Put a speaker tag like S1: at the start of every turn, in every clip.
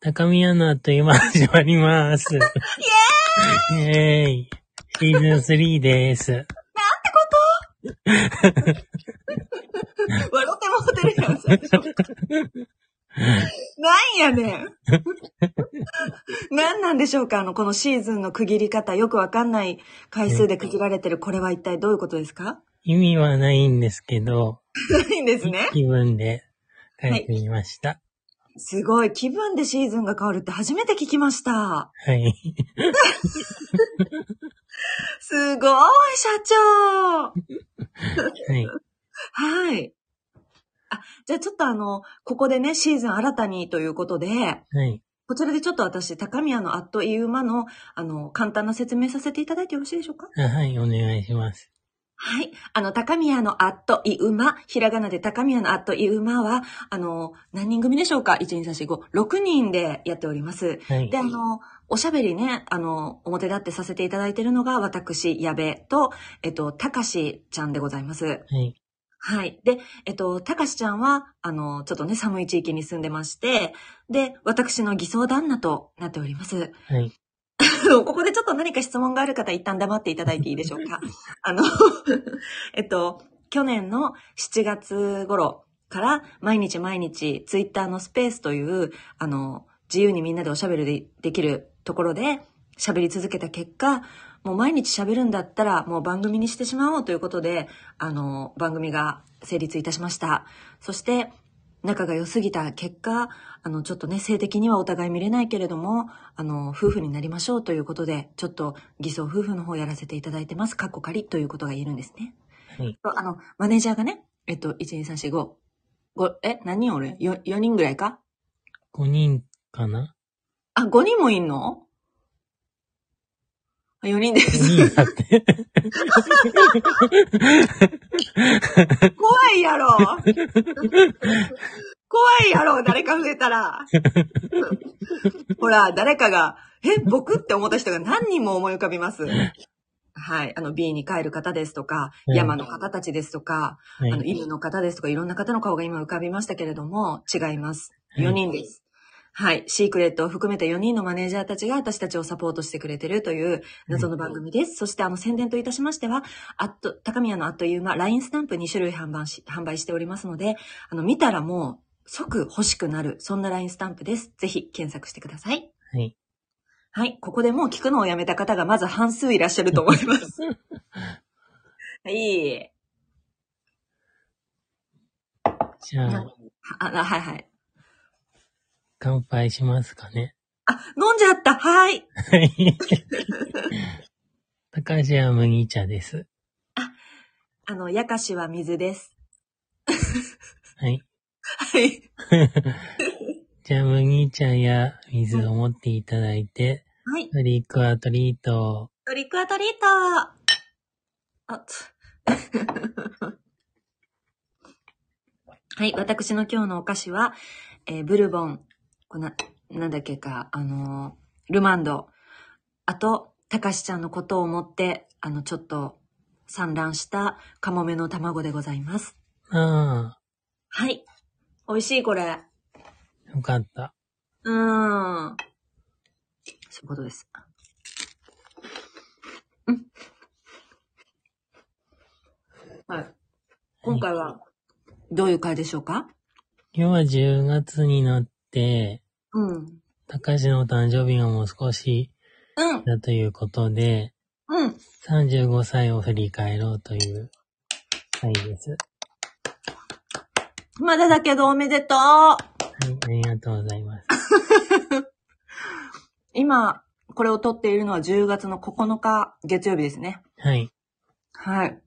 S1: 中身アナと今始まります。イェーイイェーイシーズン3です。
S2: 笑ってもってるやん、最初。なん やねん。なんなんでしょうかあの、このシーズンの区切り方、よくわかんない回数で区切られてる、これは一体どういうことですか
S1: 意味はないんですけど、
S2: ないんですね。
S1: 気分で書いてみました。
S2: すごい、気分でシーズンが変わるって初めて聞きました。
S1: はい。
S2: すごい、社長
S1: はい。
S2: はい。あ、じゃあちょっとあの、ここでね、シーズン新たにということで、
S1: はい。
S2: こちらでちょっと私、高宮のあっという間の、あの、簡単な説明させていただいてよろしいでしょうか
S1: あはい、お願いします。
S2: はい。あの、高宮のあっという間、ひらがなで高宮のあっという間は、あの、何人組でしょうか ?1,2,3,4,5,6 人でやっております。
S1: はい
S2: で、。あの、おしゃべりね、あの、表立ってさせていただいているのが、私、矢部と、えっと、たかしちゃんでございます。
S1: はい。
S2: はい。で、えっと、たかしちゃんは、あの、ちょっとね、寒い地域に住んでまして、で、私の偽装旦那となっております。
S1: はい。
S2: ここでちょっと何か質問がある方、一旦黙っていただいていいでしょうか。あの、えっと、去年の7月頃から、毎日毎日、ツイッターのスペースという、あの、自由にみんなでおしゃべりでできるところで、喋り続けた結果、もう毎日喋るんだったら、もう番組にしてしまおうということで、あの、番組が成立いたしました。そして、仲が良すぎた結果、あの、ちょっとね、性的にはお互い見れないけれども、あの、夫婦になりましょうということで、ちょっと偽装夫婦の方やらせていただいてます。カッコ仮ということが言えるんですね。
S1: はい
S2: とあの、マネージャーがね、えっと、1、2、3、4、5、5、え、何人おる ?4、4人ぐらいか
S1: 5人かな
S2: あ、5人もいんの ?4 人で
S1: ?5
S2: す。
S1: 人だ って。
S2: 怖 いやろ怖いやろ誰か増えたら。ほら、誰かが、え、僕って思った人が何人も思い浮かびます。はい。あの、B に帰る方ですとか、
S1: うん
S2: 山の方たちですとか、
S1: は
S2: あの、
S1: い。
S2: 犬の方ですとか、いろんな方の顔が今浮かびましたけれども、違います。
S1: うん
S2: 4人です。はい。シークレットを含めた4人のマネージャーたちが私たちをサポートしてくれてるという謎の番組です。そしてあの宣伝といたしましては、あっと、高宮のあっという間、LINE スタンプ2種類販売し、販売しておりますので、あの、見たらもう即欲しくなる、そんな LINE スタンプです。ぜひ検索してください。
S1: はい。
S2: はい。ここでもう聞くのをやめた方がまず半数いらっしゃると思い ます。はい。
S1: じゃあ、
S2: あ、あはいはい。
S1: 乾杯しますかね。
S2: あ、飲んじゃった。はい。
S1: はい。高橋は麦茶です。
S2: あの、やかしは水です。
S1: はい。
S2: はい。
S1: じゃあ、麦茶や水を持っていただいて、
S2: はい。
S1: トリックアトリートを
S2: トリックアトリートあ、つはい、私の今日のお菓子は、えーブルボン、こな、なんだっけか、あのールマンド、あと、たかしちゃんのことを思って、あの、ちょっと、産卵したカモメの卵でございます。
S1: あ
S2: はい。美味しい、これ。
S1: あ、よかった。
S2: うーん。そういうことです。うん。はい。今回は、どういう回でしょうか
S1: 今日は10月になって、
S2: うん。
S1: 高橋のお誕生日がもう少し
S2: うん。
S1: だということで、
S2: うん。
S1: 35歳を振り返ろうという回です。は
S2: まだだけどおめでとう
S1: い、ありがとうございます。
S2: 今、これを撮っているのは10月の9日月曜日ですね。
S1: はい。
S2: はい。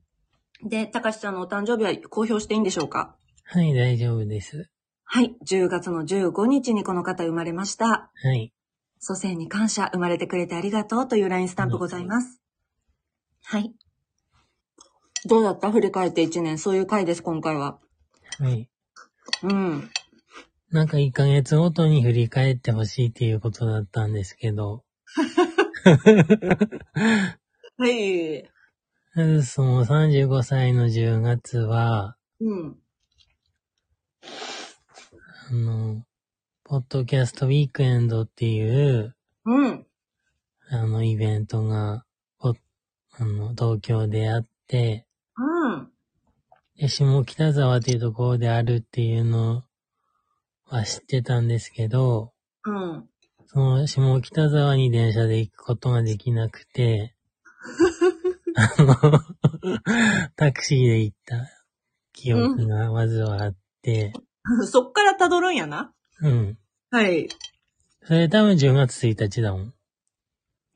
S2: で、たかしちゃんのお誕生日は公表していいんでしょうか
S1: はい、大丈夫です。
S2: はい。10月の15日にこの方生まれました。
S1: はい。
S2: 祖先に感謝、生まれてくれてありがとうという LINE スタンプございます。はい。どうだった振り返って1年。そういう回です、今回は。
S1: はい。
S2: うん。
S1: なんか1ヶ月ごとに振り返ってほしいっていうことだったんですけど、
S2: はい。
S1: まずその35歳の10月は、
S2: うん。
S1: あの、ポッドキャストウィークエンドっていう、
S2: うん。
S1: あの、イベントが、おあの、東京であって、
S2: うん。
S1: で下北沢っていうところであるっていうのは知ってたんですけど、
S2: うん。
S1: その下北沢に電車で行くことができなくて、あの、タクシーで行った記憶がまずはあって、
S2: そっから辿るんやな。
S1: うん。
S2: はい。
S1: それ多分10月1日だもん。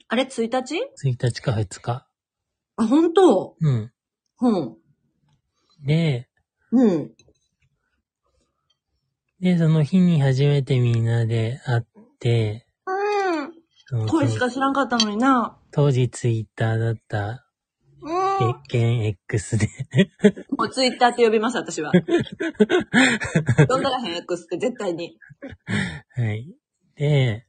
S2: あれ、1日
S1: 1日か2日。
S2: あ、本当
S1: うん。
S2: うん。
S1: で、
S2: うん。
S1: で、その日に初めてみんなで会って、
S2: うん。
S1: その
S2: 声しか知らんかったのにな。
S1: 当時ツイッターだった、
S2: うん。
S1: 月見 X で、
S2: もうツイッターって呼びます、私 は。どんだらへん X って絶対に。
S1: はい。で、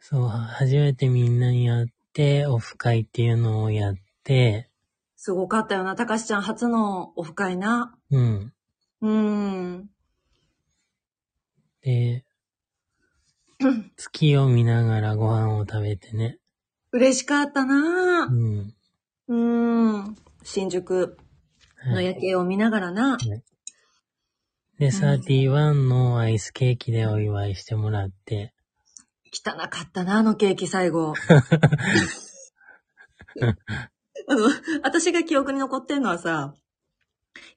S1: そう、初めてみんなに会って、オフ会っていうのをやって、
S2: すごかったよな。たかしちゃん初のオフ会な。
S1: うん。
S2: うん。
S1: で、月を見ながらご飯を食べてね。
S2: 嬉しかった
S1: う
S2: な。
S1: ん。
S2: うん。新宿の
S1: はい
S2: 夜景を見ながらな。
S1: で、31のアイスケーキでお祝いしてもらって、
S2: 汚かったな、あのケーキ 最後。あの、私が記憶に残ってんのはさ、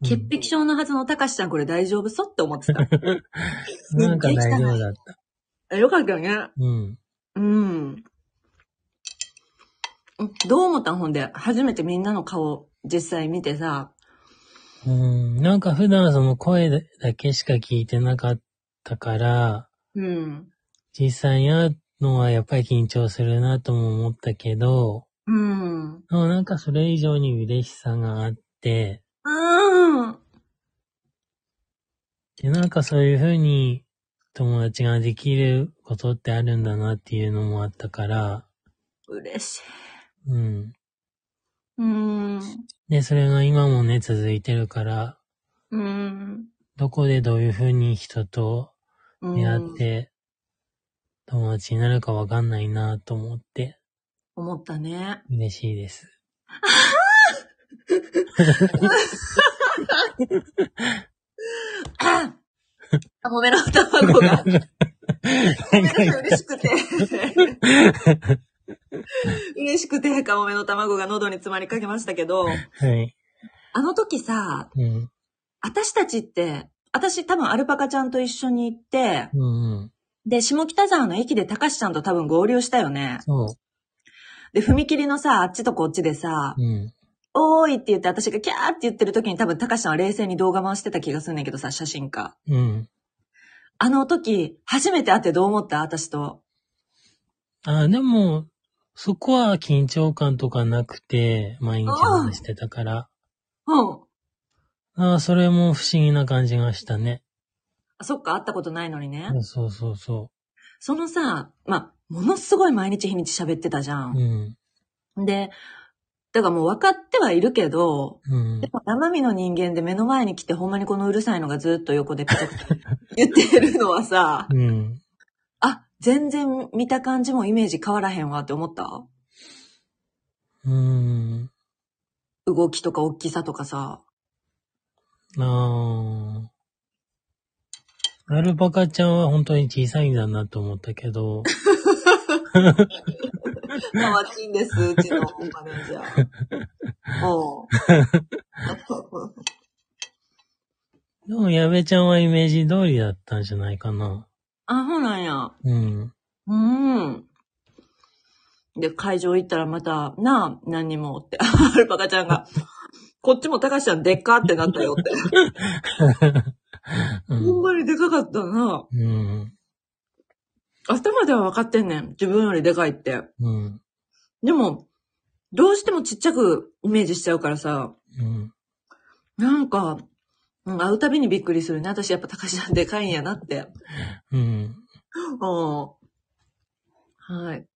S2: 潔癖症のはずのたかしちゃんこれ大丈夫そうって 思ってた。
S1: うんなんか大丈夫だった。
S2: えよかったよね。
S1: うん。
S2: うん。どう思ったんほんで、初めてみんなの顔実際見てさ、
S1: うん。なんか普段その声だけしか聞いてなかったから、
S2: うん。
S1: 実際に会うのはやっぱり緊張するなとも思ったけど、
S2: うん。
S1: でもなんかそれ以上に嬉しさがあって、
S2: うん。
S1: で、なんかそういう風に友達ができることってあるんだなっていうのもあったから、
S2: 嬉しい。
S1: うん。
S2: うん。
S1: で、それが今もね、続いてるから、
S2: うん。
S1: どこでどういう風に人と
S2: うん
S1: 出会って、友達になるかわかんないなと思って、
S2: 思ったね。
S1: 嬉しいです。
S2: あ褒めの卵が、嬉しくて。嬉しくて、カモメの卵が喉に詰まりかけましたけど、
S1: はい。
S2: あの時さ、
S1: うん。
S2: 私たちって、私多分アルパカちゃんと一緒に行って、
S1: うんうん。
S2: で、下北沢の駅で高しちゃんと多分合流したよね。
S1: そ
S2: で、踏切のさ、あっちとこっちでさ
S1: う。、うん。
S2: おーいって言って私がキャーって言ってる時に多分高しちゃんは冷静に動画回してた気がするんだけどさ、写真か。
S1: うん。
S2: あの時、初めて会ってどう思った私と。
S1: あ、でも、そこは緊張感とかなくて、毎日話してたから。
S2: うん。
S1: あそれも不思議な感じがしたね。
S2: あそっか、会ったことないのにね。
S1: そうそうそ
S2: そのさ、まあ、ものすごい毎日日にち喋ってたじゃ。
S1: う。うんん。
S2: で、だからもう分かってはいるけど、
S1: うん
S2: で。も生身の人間で目の前に来てほんまにこのうるさいのがずっと横でピタピタ言ってるのはさ、
S1: うん。
S2: あ、全然見た感じもイメージ変わらへんわって思った
S1: うん。
S2: 動きとか大きさとかさ。
S1: ああ。アルパカちゃんは本当に小さいんだなと思ったけど、
S2: かわちいんです、うちのコンパネージャー。おう。
S1: でも矢部ちゃんはイメージ通りだったんじゃないかな。
S2: あ、ほなんや。
S1: うん。
S2: うん。で、会場行ったらまた、なあ、何にもって、 アルパカちゃんが、こっちも高橋ちゃんでっかってなったよって。
S1: う
S2: ほん
S1: ん。
S2: まにでかかったな。
S1: うん。
S2: 頭では分かってんねん。自分よりでかいって。
S1: うん。
S2: でも、どうしてもちっちゃくイメージしちゃうからさ、
S1: うん。
S2: なんか、うん、会うたびにびっくりするね。私やっぱ高橋さんでかいんやなって。
S1: うん。
S2: うん。はい。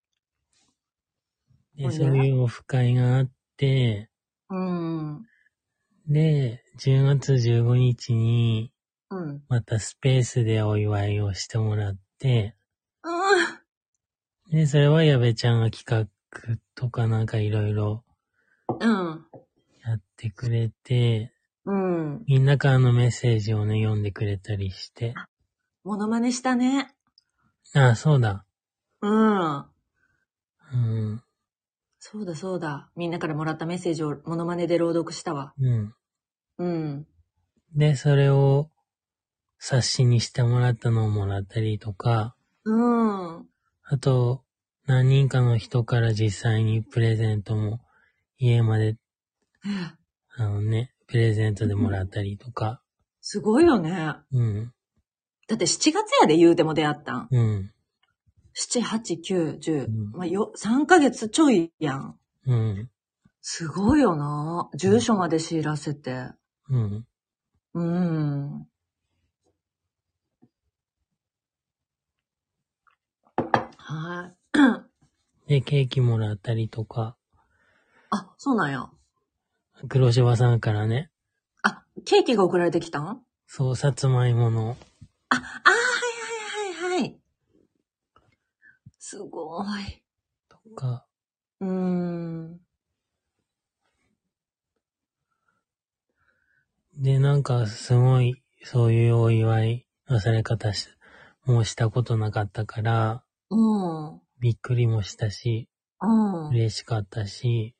S1: で、そういうオフ会があって、
S2: うん。
S1: で、10月15日に、
S2: うん。
S1: またスペースでお祝いをしてもらって、
S2: うん。
S1: で、それは矢部ちゃんが企画とかなんかいろいろ
S2: うん。
S1: やってくれて、
S2: うん。
S1: みんなからのメッセージをね、読んでくれたりして。
S2: モノマネしたね。
S1: ああ、そうだ。
S2: うん。
S1: うん。
S2: そうだそうだ。みんなからもらったメッセージをモノマネで朗読したわ。
S1: うん。
S2: うん。
S1: で、それを冊子にしてもらったのをもらったりとか、
S2: うん。
S1: あと、何人かの人から実際にプレゼントも家まで、あのね、プレゼントでもらったりとか。
S2: すごいよね。だ
S1: うん。
S2: って7月やで言うても出会ったん。
S1: うん。
S2: 7、8、9、10。
S1: うん
S2: まあ、よ、3ヶ月ちょいやん。
S1: うん。
S2: すごいよな。住所まで知らせて。
S1: うん。
S2: うん。はい。
S1: で、ケーキもらったりとか、
S2: あ、そうなんや。
S1: 黒柴さんからね、
S2: あ、ケーキが送られてきたん
S1: そう、さつまいもの、
S2: あ、あー、はいはいはいはい。すごい。
S1: とか、
S2: うーん。
S1: で、なんか、すごい、そういうお祝いのされ方し、もうしたことなかったから、
S2: うん。うん。
S1: びっくりもしたし、
S2: うん。
S1: 嬉しかったし、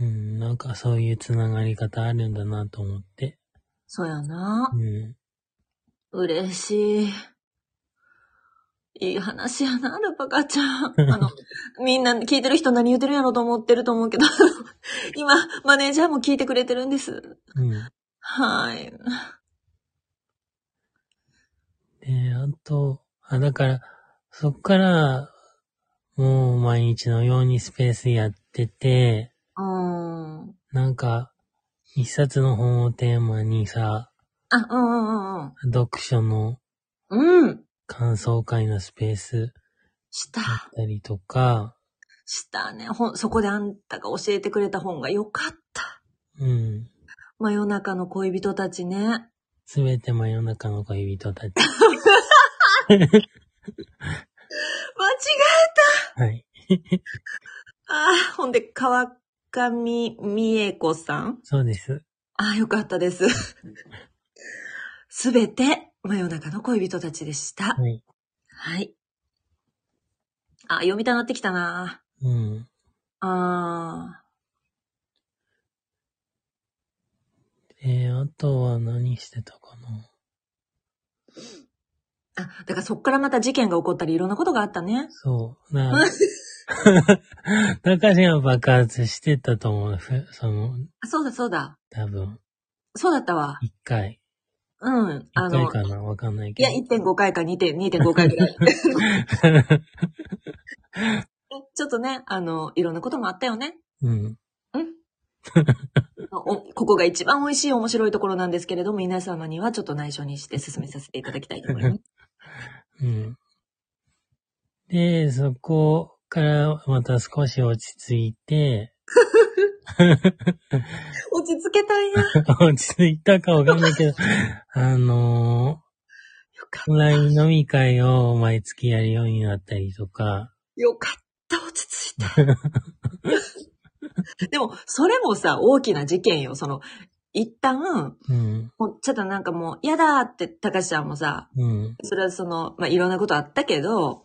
S1: うん、なんかそういうつながり方あるんだなと思って、
S2: そうやな
S1: う。ん、
S2: 嬉しい。いい話やな、ルパカちゃん。あの、みんな聞いてる人何言ってるんやろと思ってると思うけど、 今、マネージャーも聞いてくれてるんです。
S1: うん。
S2: はい。
S1: で、あと、あ、だから、そっから、もう毎日のようにスペースやってて、
S2: うん。あ、
S1: なんか、一冊の本をテーマにさ、
S2: うんうんうん
S1: 読書の
S2: うん。うん。
S1: 感想会のスペース
S2: した。
S1: だったりとか、
S2: したね。ほん、そこであんたが教えてくれた本が良かった。
S1: うん。
S2: 真夜中の恋人たちね。
S1: すべて真夜中の恋人たち。
S2: 間違
S1: はい。
S2: え、ああ、ほんで、川上美恵子さん。
S1: そうです。
S2: ああ、良かったです。 すべて真夜中の恋人たちでした。
S1: はい。
S2: はい。ああ、読みたなってきたな。
S1: うん。
S2: ああ、
S1: えあとは何してたかな。
S2: あ、だからそっからまた事件が起こったりいろんなことがあったね。
S1: そう。 な、高橋が爆発してたと思う。ふその、
S2: あそうだそうだ。
S1: 多分、
S2: そうだったわ。
S1: 一回。
S2: うん。あ
S1: 一回
S2: の、
S1: かなわかんない
S2: い
S1: け
S2: や、
S1: ど。
S2: 1.5回か2.5 2.5回ぐらい。 ちょっとね、あの、いろんなこともあったよね。
S1: うん。
S2: おここが一番美味しい面白いところなんですけれども、皆様にはちょっと内緒にして進めさせていただきたいと思 います。
S1: うん。で、そこからまた少し落ち着いて、
S2: 落ち着けたんや。よ
S1: 落ち着いたかわかんないけど、 あの
S2: か
S1: ー、オンライン飲み会を毎月やるようになったりとか、
S2: よかった、落ち着いた。 でも、それもさ、大きな事件よ。その、一旦、
S1: うん、
S2: もうちょっとなんかもう、嫌だって、高橋ちゃんもさ、
S1: うん、
S2: それはその、まあ、いろんなことあったけど、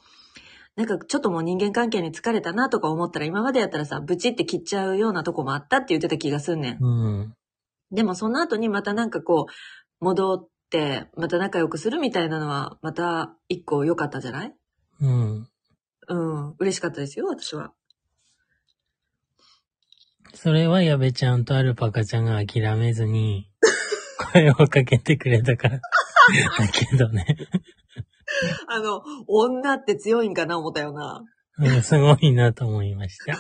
S2: なんかちょっともう人間関係に疲れたなとか思ったら今までやったらさ、ブチって切っちゃうようなとこもあったって言ってた気がすんねん。
S1: うん、
S2: でもその後にまたなんかこう、戻って、また仲良くするみたいなのは、また一個良かったじゃない
S1: うん。
S2: うん。嬉しかったですよ、私は。
S1: それは矢部ちゃんとアルパカちゃんが諦めずに、声をかけてくれたから。だけどね、
S2: あの、女って強いんかな思ったよな。
S1: うん、すごいなと思いました。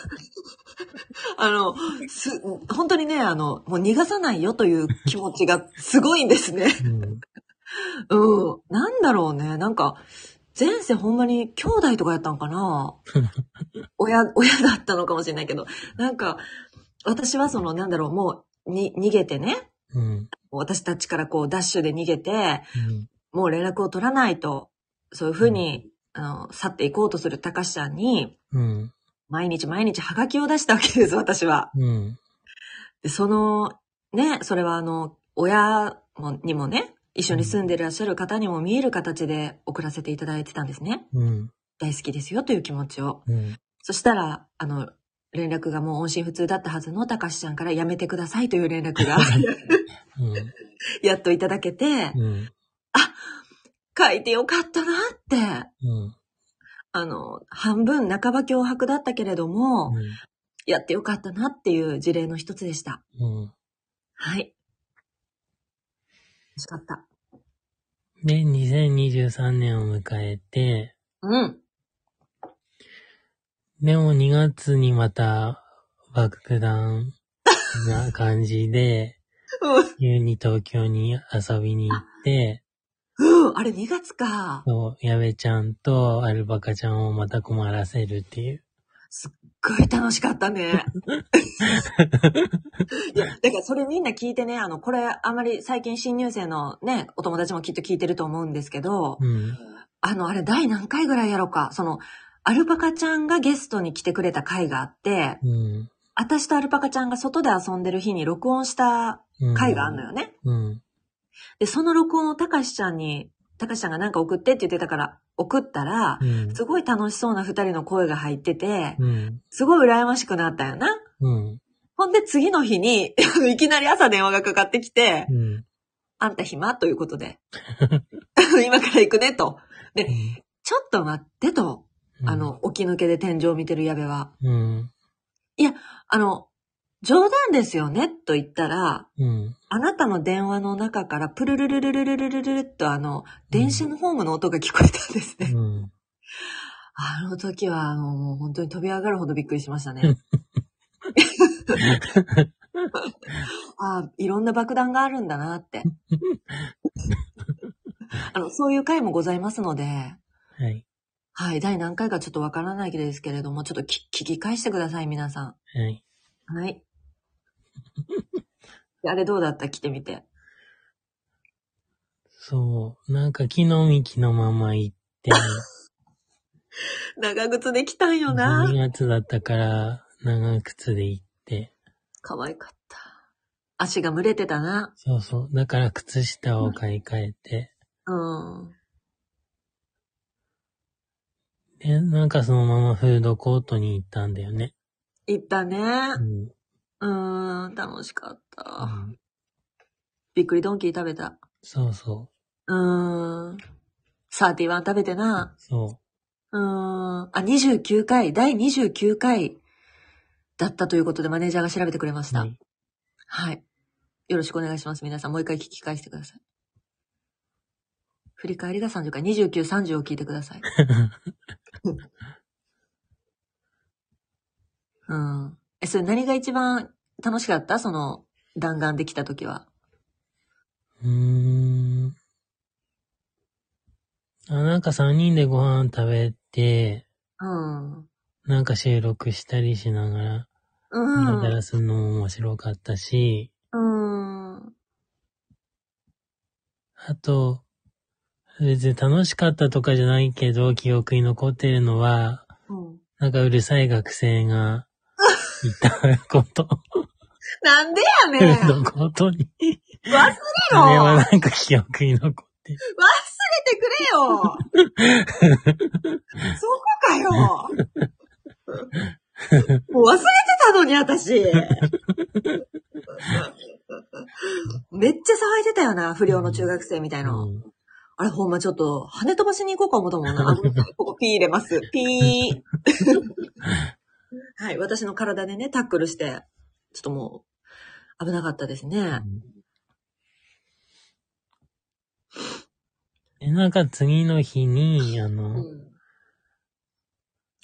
S2: あの、す、本当にね、あの、もう逃がさないよという気 持ちがすごいんですね。
S1: うん、
S2: うん。なんだろうね。なんか、前世ほんまに兄弟とかやったんかな親、親だったのかもしれないけど、なんか、私はその、なんだろう、もう、に、逃げてね、
S1: うん。
S2: 私たちからこう、ダッシュで逃げて、
S1: うん。
S2: もう連絡を取らないと、そういうふうに、あの、去っていこうとするたかしちゃんに、
S1: うん。
S2: 毎日毎日ハガキを出したわけです、私は。
S1: うん。
S2: で、その、ね、それはあの、親もにもね、一緒に住んでらっしゃる方にも見える形で送らせていただいてたんですね。
S1: うん。
S2: 大好きですよという気持ちを。
S1: うん。
S2: そしたら、あの、連絡がもう音信不通だったはずのたかしちゃんからやめてくださいという連絡が
S1: うん。
S2: やっといただけて、
S1: うん。
S2: 書いてよかったなって、
S1: うん。
S2: あの、半分半ば脅迫だったけれども、やってよかったなっていう事例の一つでした。
S1: うん。
S2: はい。惜しかった。
S1: で、2023年を迎えて、
S2: うん。
S1: でも2月にまた爆弾な感じで、急に東京に遊びに行って、
S2: うん、あれ2月か。
S1: そう矢部ちゃんとアルバカちゃんをまた困らせるっていう。
S2: すっごい楽しかったね。 いや、だからそれみんな聞いてね、あの、これあんまり最近新入生のね、お友達もきっと聞いてると思うんですけど、
S1: うん。
S2: あの、あれ第何回ぐらいやろうか、その、アルパカちゃんがゲストに来てくれた回があって、
S1: うん。
S2: 私とアルパカちゃんが外で遊んでる日に録音した
S1: うん、
S2: 回があんのよね。
S1: うん。
S2: で、その録音をたかしちゃんに、たかしちゃんがなんか送ってって言ってたから、送ったら
S1: う、ん。
S2: すごい楽しそうな二人の声が入ってて、
S1: うん。
S2: すごい羨ましくなったよな。
S1: うん。
S2: ほんで次の日に、あのいきなり朝電話がかかってきて
S1: う、ん。
S2: あんた暇ということで。今から行くねと。ちょっと待ってと。
S1: うん
S2: あの、、起き抜けで天井を見てる矢部は。
S1: うん。
S2: あの、冗談ですよねと言ったら、
S1: うん。
S2: あなたの電話の中からプルルルルルルルルルルっとあの、電車のホームの音が聞こえたんですね。
S1: うん。
S2: あの時は、あの、もう本当に飛び上がるほどびっくりしましたね。あいろんな爆弾があるんだなって。あの、そういう回もございますので、
S1: はい。
S2: はい、第何回かちょっとわからないですけれども、ちょっと聞聞き返してください、皆さ
S1: はい。
S2: ん。はい。 あれどうだった来てみて。
S1: そう。なんか木の幹のまま行って、
S2: 長靴で来たんよな
S1: 12。月だったから長靴で行って、
S2: 可愛かった。足が蒸れてたな。
S1: そうそう。だから靴下を買い替えて、
S2: うん。
S1: で、なんかそのままフードコートに行ったんだよね。
S2: 行ったね。
S1: うん。
S2: うーん、楽しかった。びっくりドンキー食べた。
S1: そうそう
S2: ーん。31食べて
S1: う
S2: な。。
S1: そう
S2: ーん。あ、29回、第29回だったということでマネージャーが調べてくれまし
S1: う。
S2: た。は
S1: はいい。。
S2: よろしくお願いします。皆さん、もう一回聞き返してください。振り返りが30回、29、30を聞いてください。うん。え、それ何が一番楽しかったその弾丸できた時は。
S1: うーん。あ、なんか3人でご飯食べて、
S2: うん。うん。
S1: なんか収録したりしながら、見ながらするのも面白かったし、
S2: うん。
S1: あと、別に楽しかったとかじゃないけど、記憶に残ってるのは、
S2: うん。
S1: なんかうるさい学生 が、いたこと、
S2: なんでや
S1: フ
S2: ねん 忘れ
S1: ー
S2: ろ
S1: ドコートに。あれは
S2: 忘れ
S1: なんか記憶に残ってる。
S2: てくれよそこかよもう忘れてたのに、私。めっちゃ騒いでたよな、不良の中学生みたいな。
S1: うん
S2: あれ、ほんまちょっと、跳ね飛ばしに行こうか思ったもんな。あごめんなさいここピー入れます。ピー。はい、私の体でね、タックルして、ちょっともう、危なかったですね。
S1: で、なんか次の日に、あ
S2: う
S1: の、
S2: ん。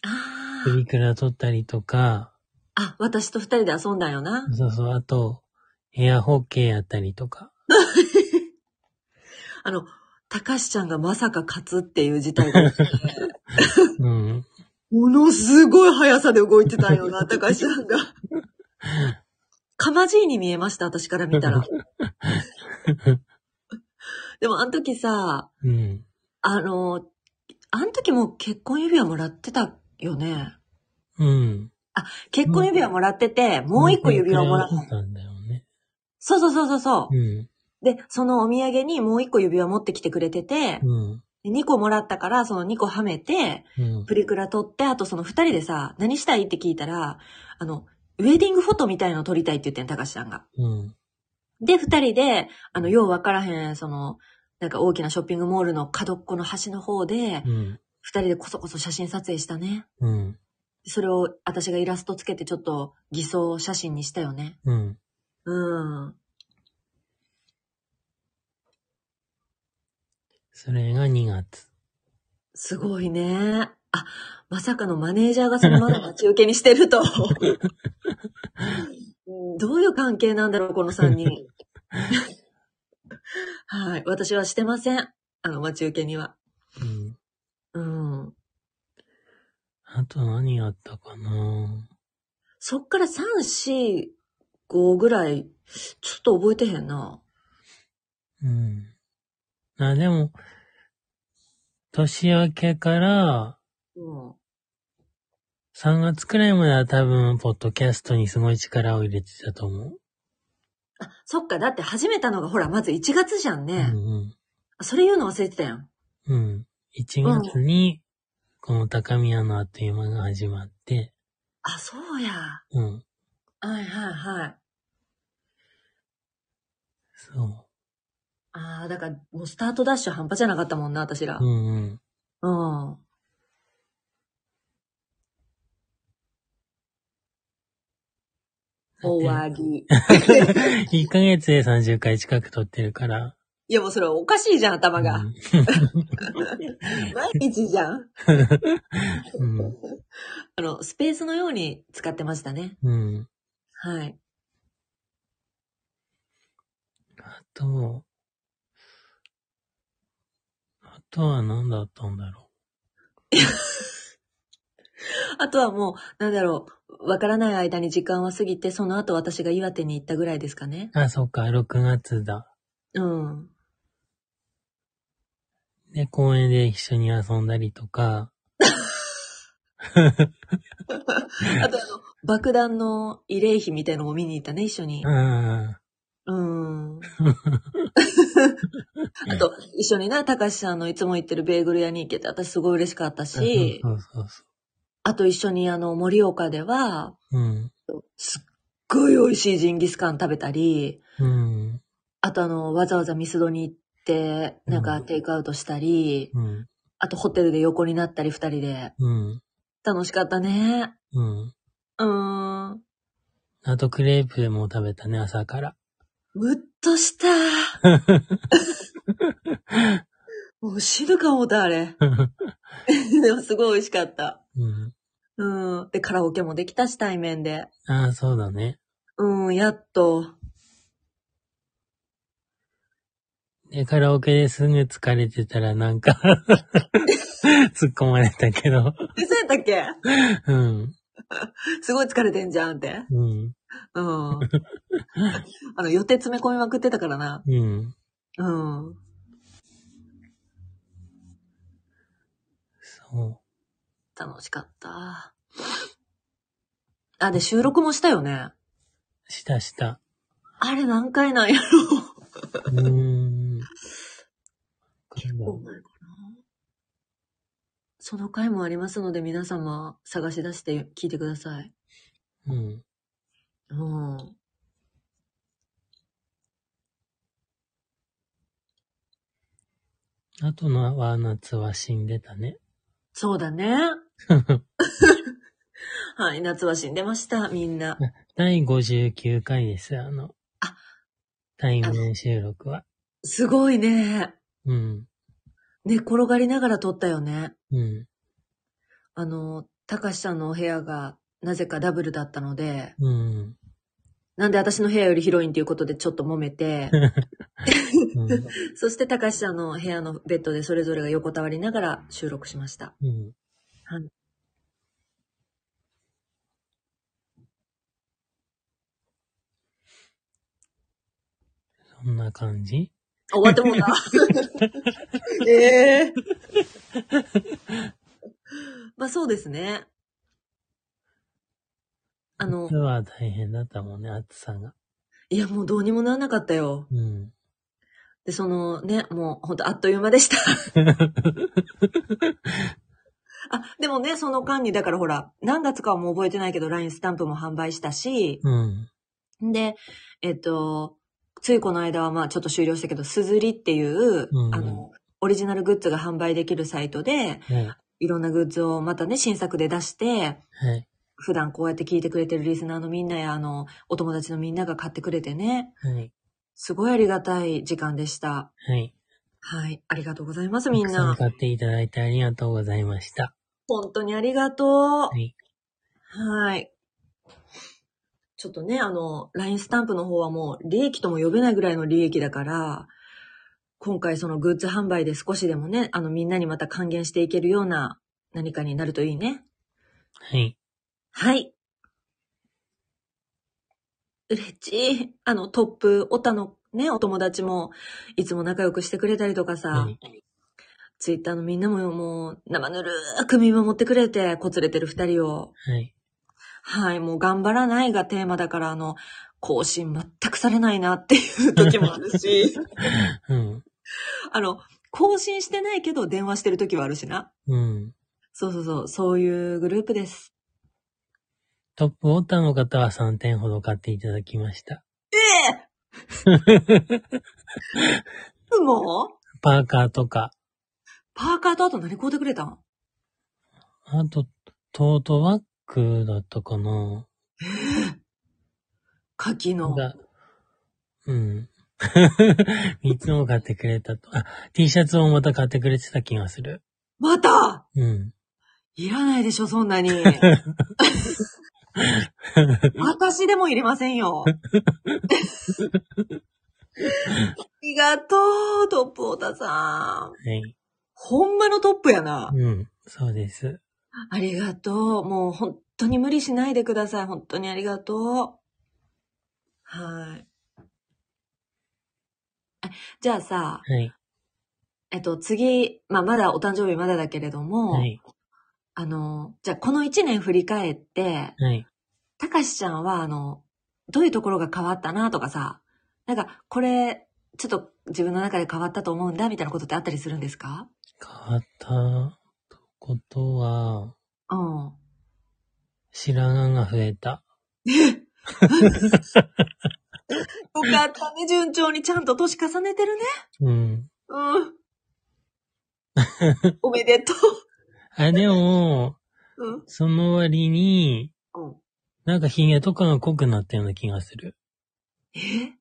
S2: あ
S1: プ
S2: ー
S1: リクラ撮ったりとか、
S2: あ、私と二人で遊んだんよな。
S1: そうそう、あと、エアホッケーやったりとか。
S2: あの、たかしちゃんがまさか勝つっていう事態が起きて、
S1: うん。
S2: ものすごい速さで動いてたよ な、たかしちゃんが。かまじいに見えました、私から見 たら。でもあの時さ、
S1: うん。
S2: あの、あの時も結婚指輪もらってたよね。
S1: うん。
S2: 結婚指輪もらってて、もう一個指輪をもらっ
S1: 持ったんだよね。
S2: そうそうそうそうそう
S1: う。ん。
S2: で、そのお土産にもう一個指輪持ってきてくれてて、
S1: うん。
S2: 2個もらったから、その2個はめて、
S1: うん。
S2: プリクラ撮って、あとその2人でさ、何したいって聞いたら、あの、ウェディングフォトみたいの撮りたいって言ってん、高橋さんが。
S1: うん。
S2: で、2人で、あの、ようわからへん、その、なんか大きなショッピングモールの角っこの端の方で、
S1: うん。
S2: 2人でこそこそ写真撮影したね。
S1: うん。
S2: それを私がイラストつけてちょっと偽装写真にしたよね。
S1: うん。
S2: うん。
S1: それが2月。
S2: すごいね。あ、まさかのマネージャーがそのまま待ち受けにしてると。うんどういう関係なんだろう、この3人。 はい。私はしてません。あの、待ち受けには。
S1: うん。
S2: うん。
S1: あと何があったかな
S2: そっから3、4、5ぐらい、ちょっと覚えてへんな。
S1: うん。あ、でも、年明けから
S2: うん。
S1: 3月くらいまでは多分、ポッドキャストにすごい力を入れてたと思う。
S2: あ、そっか。だって始めたのが、ほら、まず1月じゃんね。
S1: うん
S2: それ言うの忘れてたやん。
S1: うん。うん。1月に、この高宮のあっという間が始まって、
S2: あ、そうや。
S1: うん。
S2: はいはいはい。
S1: そ
S2: ああ、だから、もうスタートダッシュ半端じゃなかったもんな、私ら
S1: う。う。んうん。
S2: うん。終わ り。
S1: 1ヶ月で30回近く撮ってるから。
S2: いや、もうそれおかしいじゃん、頭が。
S1: うん
S2: 毎日じゃん。
S1: うん。
S2: あの、スペースのように使ってましたね。
S1: うん。
S2: はい。
S1: あと、あとは何だったんだろ
S2: あとはもう、なんだろう、わからない間に時間は過ぎて、その後私が岩手に行ったぐらいですかね。
S1: う。あ、そっか、6月だ。
S2: うん。
S1: で、公園で一緒に遊んだりとか、
S2: あとあの、爆弾の慰霊碑みたいのも見に行ったね、一緒に。
S1: うん。
S2: うん。 あと、一緒にね、たかしさんのいつも行ってるベーグル屋に行けて、私すごい嬉しかったし
S1: そ、うそうそ
S2: あと一緒にあの、盛岡では、
S1: う。うん。
S2: すっごい美味しいジンギスカン食べたり、
S1: うん。
S2: あとあの、わざわざミスドに行って、なんか
S1: うん
S2: テイクアウトしたり、
S1: うん。
S2: あとホテルで横になったり二人で、
S1: うん。
S2: 楽しかったね。
S1: うん。
S2: うーん。
S1: あと、クレープも食べたね、朝から。
S2: むっとした。もう死ぬか思った、あれ。でもすごい美味しかった。
S1: うん。
S2: うん。で、カラオケもできたし、対面で。
S1: ああ、そうだね。
S2: うん、やっと。
S1: で、カラオケですぐ疲れてたらなんか、 突っ込まれたけど。
S2: え、そうやったっけ
S1: うん。
S2: すごい疲れてんじゃんって。
S1: うん。
S2: うん。あの、予定詰め込みまくってたからな。
S1: うん。
S2: うん。
S1: そう。
S2: 楽しかった。あ、で、収録もしたよね。
S1: したした。
S2: あれ何回なんやろ。
S1: うーん。
S2: 結構前かな。その回もありますので、皆様探し出して聞いてください。
S1: うん。
S2: うん。
S1: あとのは夏は死んでたね。
S2: そうだ ね。はい、夏は死んでました、みんな。
S1: 第59回です、あの。
S2: あ
S1: 対面収録は。
S2: すごいね。
S1: うん。
S2: 寝転がりながら撮ったよね。
S1: うん。
S2: あの、たかしさんのお部屋がなぜかダブルだったので、
S1: うん。
S2: なんで私の部屋より広いんっていうことでちょっと揉めて、
S1: うん。
S2: そして高橋さんの部屋のベッドでそれぞれが横たわりながら収録しました。
S1: うん。
S2: はい
S1: そんな感じ
S2: あ終わってもうた。 ええまあそうですね。あの
S1: 今、日は大変だったもんね、暑さが。
S2: いやもうどうにもならなかったよ。
S1: うん。
S2: で、そのね、もうほんとあっという間 でした。あ、でもね、その間に、だからほら、何月かはもう覚えてないけど、LINE スタンプも販売したし、
S1: うん。
S2: で、えっと、ついこの間はまあちょっと終了したけど、すずりっていう、
S1: うん
S2: あの、オリジナルグッズが販売できるサイトで、
S1: はい。
S2: いろんなグッズをまたね、新作で出して、
S1: はい。
S2: 普段こうやって聞いてくれてるリスナーのみんなや、あの、お友達のみんなが買ってくれてね、
S1: はい。
S2: すごいありがたい時間でした。
S1: はい。
S2: はい。ありがとうございます、みん
S1: たくさ
S2: な。
S1: 買っていただいてありがとうございました。
S2: 本当にありがと
S1: は
S2: う。
S1: い。
S2: はい。ちょっとね、あの、LINE スタンプの方はもう利益とも呼べないぐらいの利益だから、今回そのグッズ販売で少しでもね、あのみんなにまた還元していけるような何かになるといいね。
S1: はい。
S2: はい。嬉しい。あの、トップ、オタのね、お友達も、いつも仲良くしてくれたりとかさ、
S1: はい。
S2: ツイッターのみんなももう、生ぬるーく見守ってくれて、こつれてる二人を。
S1: はい。
S2: はい、もう頑張らないがテーマだから、あの、更新全くされないなっていう時もある し、
S1: うん。
S2: あの、更新してないけど電話してる時はあるしな。
S1: うん。
S2: そうそうそう、そういうグルー プです。
S1: トップウォーターの方は3点ほど買っていただきました。
S2: もう
S1: パーカーとか、
S2: パーカーとあと何買うてくれたん
S1: あと、トートバッグだったかな。
S2: 柿の。
S1: が、うん。3つも買ってくれたと。あ、T シャツもまた買ってくれてた気がする。
S2: また
S1: うん。
S2: いらないでしょ、そんなに。私でもいりませんよ。ありがとう、トップオタさん。
S1: はい。
S2: ほんまのトップやな。
S1: うん。そうです。
S2: ありがとう。もう本当に無理しないでください。本当にありがとう。はい。あじゃあさ、
S1: はい。
S2: えっと、次、まあ、まだお誕生日まだだけれども、
S1: はい。
S2: あの、じゃあこの一年振り返って、
S1: はい。
S2: たかしちゃんは、あの、どういうところが変わったなとかさ、なんか、これ、ちょっと自分の中で変わったと思うんだ、みたいなことってあったりするんですか
S1: 変わったことは、
S2: うん。
S1: 白髪が増えた。
S2: よかったね、順調にちゃんと年重ねてるね。
S1: うん。
S2: うん。おめでと
S1: あ、でも、
S2: う。うん。
S1: その割に、
S2: うん、
S1: なんか髭とかが濃くなったような気がする。
S2: え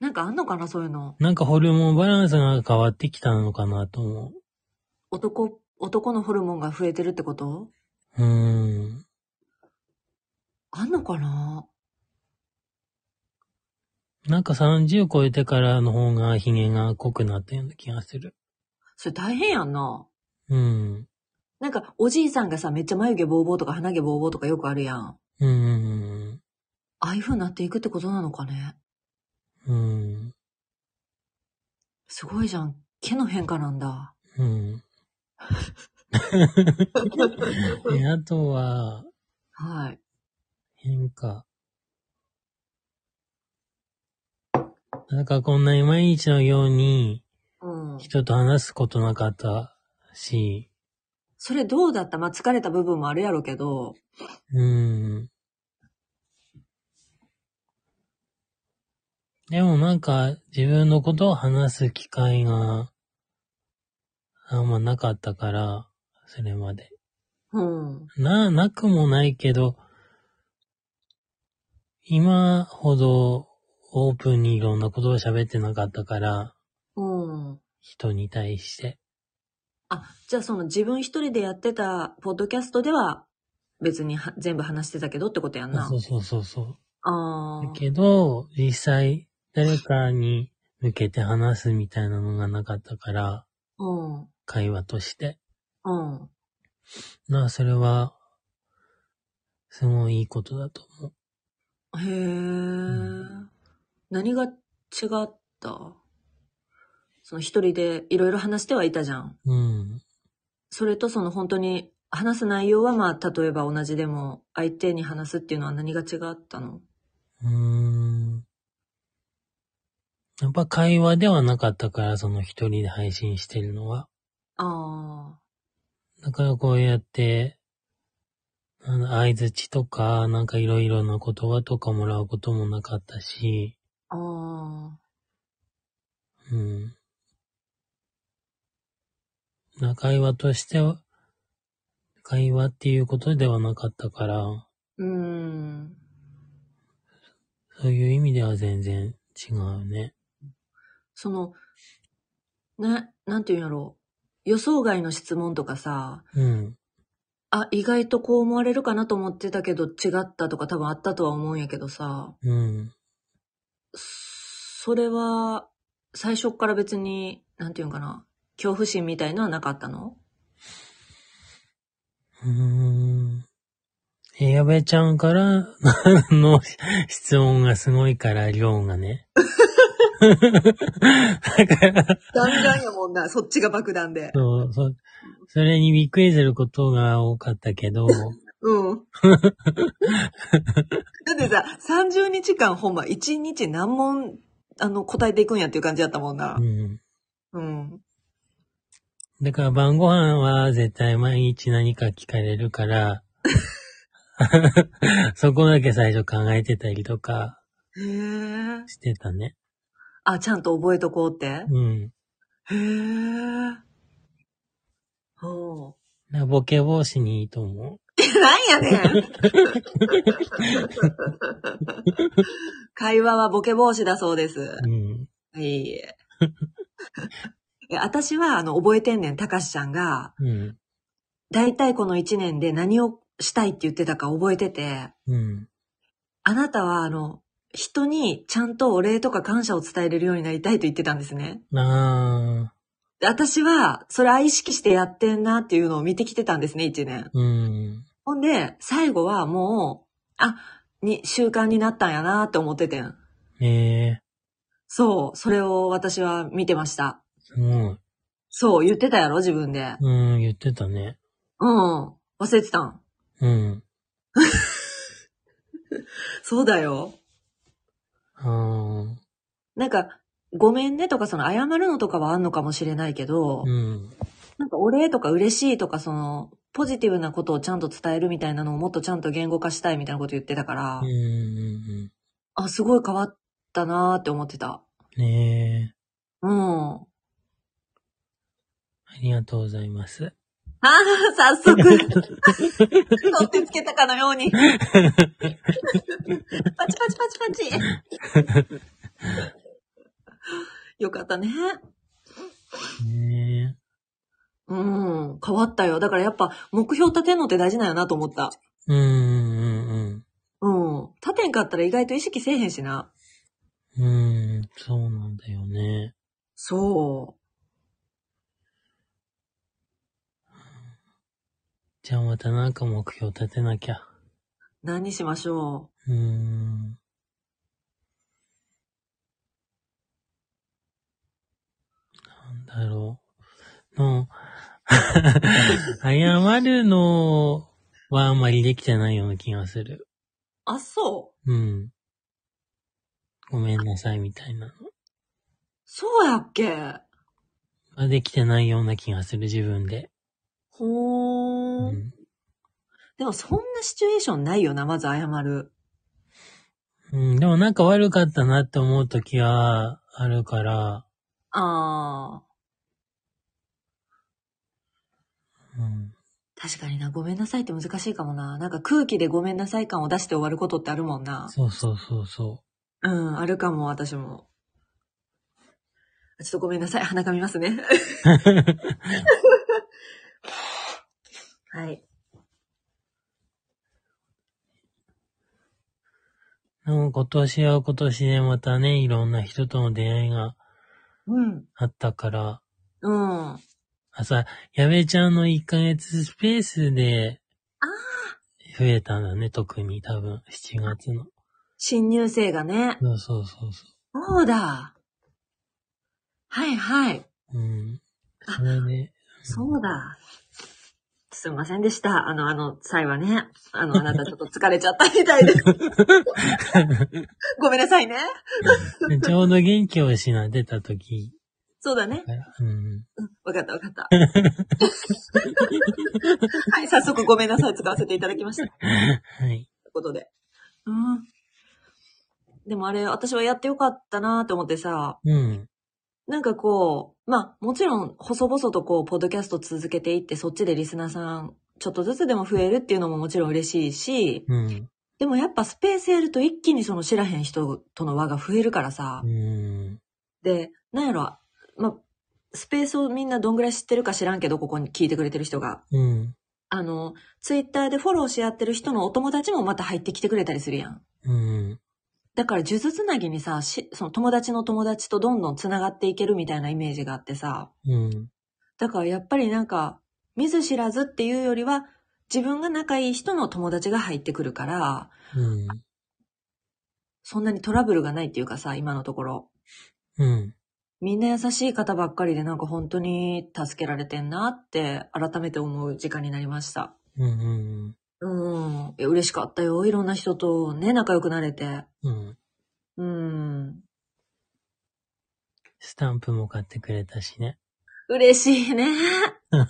S2: なんかあんのかな、そういうの。
S1: なんかホルモンバランスが変わってきたのかなと思
S2: 男、男のホルモンが増えてるってこと
S1: う。うん。
S2: あんのかな
S1: なんか30超えてからの方が髭が濃くなったような気がする。
S2: それ大変やんな。
S1: うん。
S2: なんか、おじいさんがさ、めっちゃ眉毛ボーボーとか鼻毛ボーボーとかよくあるやん。
S1: うん。
S2: ああいう風になっていくってことなのかね。
S1: うん。
S2: すごいじゃん。毛の変化なんだ。
S1: うん。であとは、
S2: はい。
S1: 変化。なんかこんなに毎日のように
S2: うん。
S1: 人と話すことなかったし、
S2: それどうだったまあ、疲れた部分もあるやろうけど。
S1: うん。でもなんか自分のことを話す機会があんまなかったから、それまで。
S2: うん。
S1: な、なくもないけど、今ほどオープンにいろんなことを喋ってなかったから、
S2: うん。
S1: 人に対して。
S2: あ、じゃあその自分一人でやってたポッドキャストでは別には全部話してたけどってことやんな。
S1: そうそうそうそう。
S2: あ
S1: だ
S2: ー
S1: けど、実際、誰かに向けて話すみたいなのがなかったから、
S2: うん。
S1: 会話として。
S2: うん。
S1: なあ、それは、すごいいいことだと思う。
S2: へえ、
S1: ん
S2: 何が違ったその一人でいろいろ話してはいたじゃん。
S1: うん。
S2: それとその本当に話す内容はまあ例えば同じでも相手に話すっていうのは何が違ったの
S1: うーん。やっぱ会話ではなかったから、その一人で配信してるのは。
S2: あ
S1: だからこうやって、あの、合図とか、なんかいろいろな言葉とかもらうこともなかったし、
S2: あ、あ
S1: うん。な会話としては、会話っていうことではなかったから、
S2: あ、うん。
S1: そういう意味では全然違うね。
S2: その、な、なんていうんやろう。予想外の質問とかさ、
S1: うん。
S2: あ、意外とこう思われるかなと思ってたけど違ったとか多分あったとは思うんやけどさ、
S1: うん。
S2: それは、最初っから別に、なんていうんかな、恐怖心みたいのはなかったの
S1: うーん。えやべちゃんから の質問がすごいから、量がね。だから、
S2: 弾丸やもんな、そっちが爆弾で。
S1: そう、そ、それにびっくりすることが多かったけど、
S2: うん。だってさ、30日間ほんま、1日何問、あの、答えていくんやっていう感じやったもんな
S1: う。ん。
S2: うん。
S1: だから晩ご飯は絶対毎日何か聞かれるから、 そこだけ最初考えてたりとか
S2: へえ。
S1: してたね。
S2: あ、ちゃんと覚えとこうって。
S1: うん。
S2: へえ。ほう。
S1: だからボケ防止にいいと思う。
S2: なんやねん。会話はボケ防止だそうです。
S1: うん。
S2: いえいえ。いや私は、あの、覚えてんねん、たかしちゃんが、
S1: うん。
S2: だいたいこの1年で何をしたいって言ってたか覚えてて、
S1: うん。
S2: あなたは、あの、人にちゃんとお礼とか感謝を伝えれるようになりたいと言ってたんですね。
S1: あ
S2: で私は、それは意識してやってんなっていうのを見てきてたんですね、1年。
S1: ー。うん。
S2: ほんで、最後はもう、あ、に、習慣になったんやなって思っててん。
S1: ええ
S2: そう、それを私は見てました。
S1: すごい。
S2: そう、言ってたやろ、自分で。
S1: うん、言ってたね。
S2: うん、忘れてたん。
S1: うん。
S2: そうだよ。
S1: あ
S2: なんか、ごめんねとか、その、謝るのとかはあんのかもしれないけど
S1: あ。、うん。
S2: なんか、お礼とか嬉しいとか、その、ポジティブなことをちゃんと伝えるみたいなのをもっとちゃんと言語化したいみたいなこと言ってたから
S1: うん、うん。、う
S2: あ、すごい変わったなーって思ってた。
S1: ん。ねえ。
S2: うん。あ
S1: ありがとうございます。
S2: あ、早速、取ってつけたかのように。パチパチパチパチ。よかったね。
S1: ね
S2: うん、変わったよ。だからやっぱ目標立てんのって大事なんやなと思った。
S1: え。うん、うん、
S2: うん。立てんかったら意外と意識せえへんしな。
S1: うん。うん、そうなんだよね。
S2: そ
S1: じゃあまたなんか目標立てなきゃ。
S2: う。何にしましょ
S1: うーん。なんだろう。の、 謝るのはあんまりできてないような気がする。
S2: う。あ、そう。
S1: うん。ごめんなさいみたいなの
S2: そうやっけ。
S1: ができてないような気がする、自分で。う
S2: ほーん。
S1: ん。
S2: でもそんなシチュエーションないよな、まず謝る。
S1: うん、でもなんか悪かったなって思う時はあるから、
S2: あ
S1: うん。
S2: ー。確かにな、ごめんなさいって難しいかもな。なんか空気でごめんなさい感を出して終わることってあるもんな。
S1: そうそうそうそ
S2: うん、あるかも、私も。ちょっとごめんなさい。鼻かみますね。はい。
S1: う。も今年は今年でまたね、いろんな人との出会いが
S2: うん。
S1: あったから、
S2: うん。あ
S1: あ、さ、矢部ちゃんの1ヶ月スペースで、
S2: あ
S1: 増えたんだね、特に多分、7月の。
S2: 新入生がね。
S1: そうそうそうそ
S2: そうだ。はいはい。
S1: う。うん。それで、
S2: そうだ。すいませんでした。あの、あの、際はね。あの、あなたちょっと疲れちゃったみたいです。ごめんなさいね。
S1: でちょうど元気を失ってた時
S2: そうだね。
S1: から、うん。
S2: わかったわかった。 はい、早速ごめんなさい。使わせていただきました。とい
S1: はい。
S2: うことで。うん。でもあれ、私はやってよかったなと思ってさ、
S1: うん。
S2: なんかこう、まあ、もちろん、細々とこう、ポッドキャスト続けていって、そっちでリスナーさん、ちょっとずつでも増えるっていうのももちろん嬉しいし、
S1: うん。
S2: でもやっぱスペースやると一気にその知らへん人との輪が増えるからさ、
S1: うん。
S2: で、なんやろ、まあ、スペースをみんなどんぐらい知ってるか知らんけど、ここに聞いてくれてる人が。
S1: うん。
S2: あの、ツイッターでフォローし合ってる人のお友達もまた入ってきてくれたりするやん。
S1: うん。
S2: だから、数珠つなぎにさ、しその友達の友達とどんどんつながっていけるみたいなイメージがあってさ。
S1: うん。
S2: だから、やっぱりなんか、見ず知らずっていうよりは、自分が仲いい人の友達が入ってくるから、
S1: うん。
S2: そんなにトラブルがないっていうかさ、今のところ。
S1: うん。
S2: みんな優しい方ばっかりでなんか本当に助けられてんなって改めて思う時間になりました。
S1: うん。うん。
S2: うん。いや嬉しかったよ。いろんな人とね、仲良くなれて。
S1: うん。
S2: うん。
S1: スタンプも買ってくれたしね。
S2: 嬉しいね。だ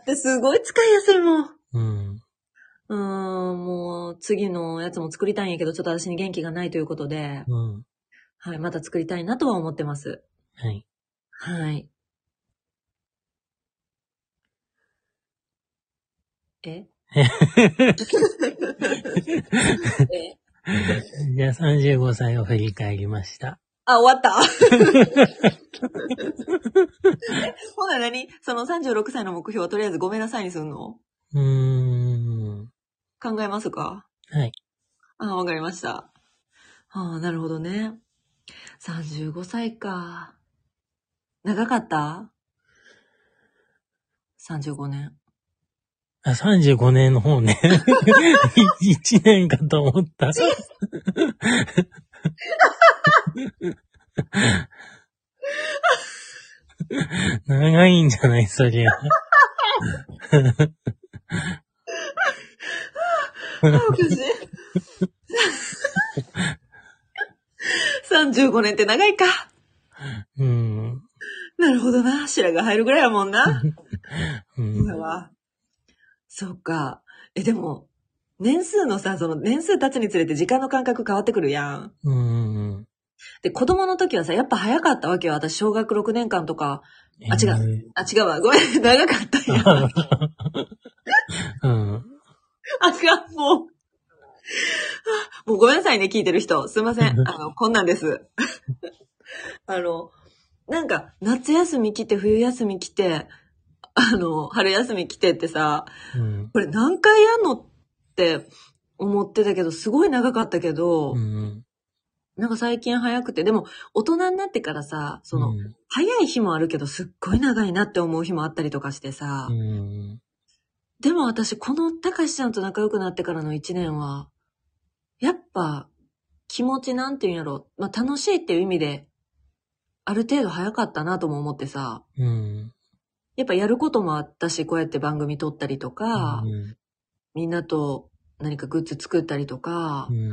S2: ってすごい使いやすいもん。
S1: うん。
S2: うーん、もう次のやつも作りたいんやけど、ちょっと私に元気がないということで、
S1: うん。
S2: はい、また作りたいなとは思ってます。
S1: はい。
S2: はい。え え
S1: じゃあ35歳を振り返りました。
S2: あ、終わったえほな何その36歳の目標はとりあえずごめんなさいにすんの
S1: うーん。
S2: 考えますか
S1: はい。
S2: あ、わかりました。ああ、なるほどね。35歳か。長かった ?35 年。
S1: あ、35年の方ね。1年かと思った。長いんじゃないそりゃ。
S2: ああ、おかしい。35年って長いか。
S1: うん。
S2: なるほどな。白が入るぐらいやもんな。
S1: う
S2: 今
S1: ん。
S2: は。そうか。え、でも、年数のさ、その年数経つにつれて時間の感覚変わってくるやん。
S1: うん。
S2: で、子供の時はさ、やっぱ早かったわけよ。私、小学6年間とか、あ違
S1: う。
S2: あ、違うわ。ごめん。 長かったん や。あ
S1: うん。
S2: かん、もう。あもうごめんなさいね、聞いてる人。すいませ ん。あの、こんなんです。 あの、なんか、夏休み来て、冬休み来て、あの、春休み来てってさ、
S1: うん。
S2: これ何回やんのって思ってたけど、すごい長かったけど、
S1: うん。
S2: なんか最近早くて、でも、大人になってからさ、その、
S1: うん
S2: 早い日もあるけど、すっごい長いなって思う日もあったりとかしてさ、
S1: うん。
S2: でも私、このたかしちゃんと仲良くなってからの一年は、やっぱ、気持ちなんて言うんやろ、まあ、楽しいっていう意味で、ある程度早かったなとも思ってさ、
S1: うん。
S2: やっぱやることもあったし、こうやって番組撮ったりとか、
S1: うん
S2: みんなと何かグッズ作ったりとか、
S1: うん。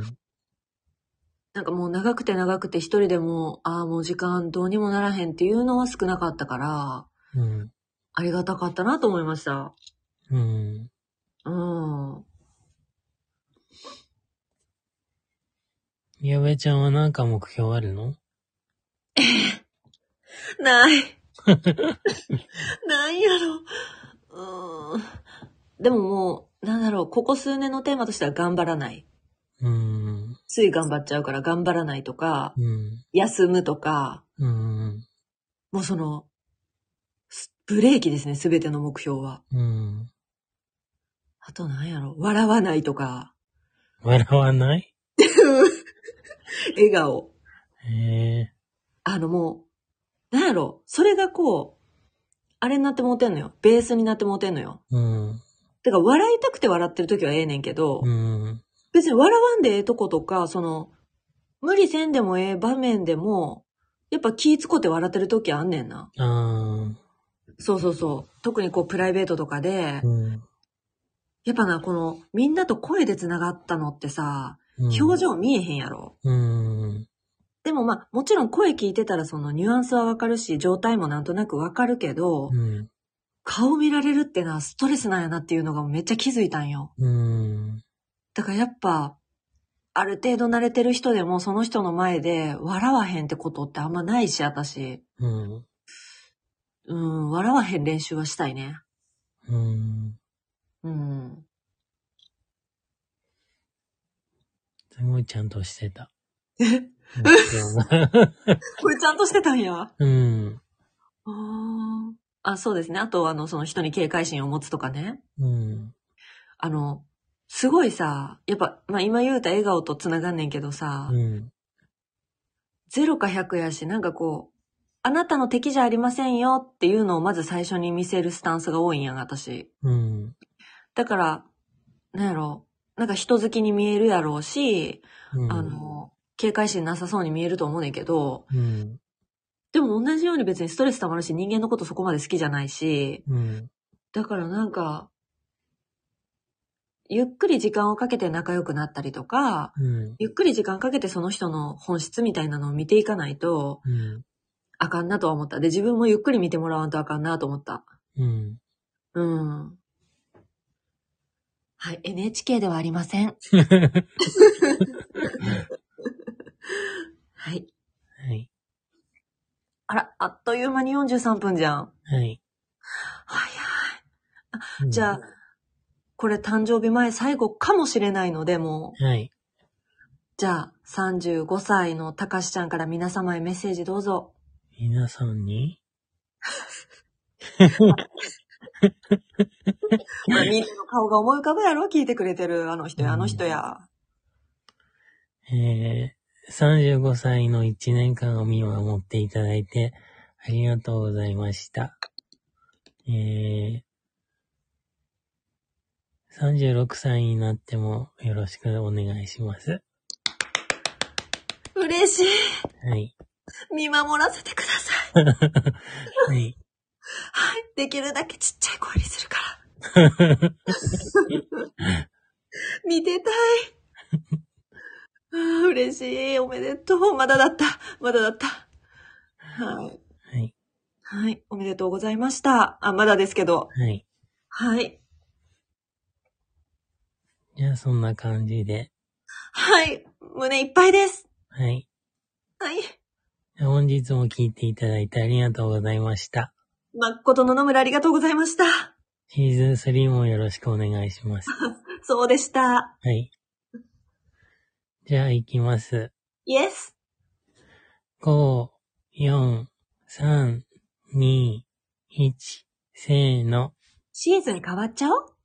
S2: なんかもう長くて長くて一人でも、ああ、もう時間どうにもならへんっていうのは少なかったから、
S1: うん。
S2: ありがたかったなと思いました。
S1: うん。
S2: うん。
S1: やべちゃんはなんか目標あるの
S2: ない。なんやろ。うーん。でももう、なんだろう、ここ数年のテーマとしては頑張らない。
S1: うん。
S2: つい頑張っちゃうから頑張らないとか、
S1: うん。
S2: 休むとか、
S1: うん。
S2: もうその、すブレーキですね、すべての目標は。
S1: うん。
S2: あとなんやろ、笑わないとか。
S1: 笑わない
S2: 笑顔。
S1: へえ。
S2: あのもう、なんやろ、それがこう、あれになってもうてんのよ。ベースになってもうてんのよ。
S1: うん。
S2: だから笑いたくて笑ってる時はええねんけど、
S1: うん。
S2: 別に笑わんでええとことか、その、無理せんでもええ場面でも、やっぱ気ぃつこって笑ってる時あんねんな。
S1: あ
S2: そうそうそう。特にこうプライベートとか
S1: あ。、
S2: で
S1: うん。
S2: やっぱな、この、みんなと声で繋がったのってさ、
S1: うん
S2: 表。情見えへんやろ。
S1: うん。
S2: でもまあ、もちろん声聞いてたらそのニュアンスはわかるし、状態もなんとなくわかるけど、
S1: うん。
S2: 顔見られるってのはストレスなんやなっていうのがめっちゃ気づいたんよ。
S1: うん。
S2: だからやっぱ、ある程度慣れてる人でもその人の前で笑わへんってことってあんまないし、私。
S1: うん。
S2: うん、笑わへん練習はしたいね。
S1: うん。
S2: うん。
S1: すごいちゃんとしてた。
S2: え これちゃんとしてたんや。あ
S1: うん。
S2: ーあ、そうですね。あと、あの、その人に警戒心を持つとかね。
S1: うん。
S2: あの、すごいさ、やっぱ、まあ今言うた笑顔と繋がんねんけどさ、
S1: うん。
S2: 0か100やし、なんかこう、あなたの敵じゃありませんよっていうのをまず最初に見せるスタンスが多いんやん、私。
S1: うん。
S2: だから、なんやろ、なんか人好きに見えるやろうし、
S1: うん
S2: あ、の、警戒心なさそうに見えると思うねんけど、
S1: うん。
S2: でも同じように別にストレス溜まるし、人間のことそこまで好きじゃないし、
S1: うん。
S2: だからなんか、ゆっくり時間をかけて仲良くなったりとか、
S1: うん。
S2: ゆっくり時間かけてその人の本質みたいなのを見ていかないと
S1: うん。
S2: あかんなとは思った。で、自分もゆっくり見てもらわんとあかんなと思った。
S1: うん。
S2: うん。はい、NHK ではありません。はい。
S1: はい。
S2: あら、あっという間に43分じゃん。
S1: はい。
S2: 早い。じゃあ、これ誕生日前最後かもしれないので、もう。
S1: あ。はい。
S2: じゃあ、35歳のたかしちゃんから皆様へメッセージどうぞ。
S1: 皆さんに
S2: まあみんなの顔が思い浮かぶやろ聞いてくれてる。あの人や、あの人や。
S1: えー、35歳の1年間を見守っていただいて、ありがとうございました。えー、36歳になってもよろしくお願いします。
S2: 嬉しい。
S1: はい。
S2: 見守らせてください。
S1: はい。
S2: はい。 できるだけちっちゃい声にするから。見てたい。あー嬉しい。おめでとう。まだだった。まだだった。はい。
S1: はい。
S2: はい。おめでとうございました。あ、まだですけど。
S1: はい。
S2: はい。
S1: じゃあ、そんな感じで。
S2: はい。胸いっぱいです。
S1: はい。
S2: はい。
S1: 本日も聞いていただいてありがとうございました。
S2: 誠の野村ありがとうございました。
S1: シーズン3もよろしくお願いします。
S2: そうでした。
S1: はい。じゃあ、行きます。
S2: イエス。
S1: 5、4、3、2、1、せーの。
S2: シーズン変わっちゃおう。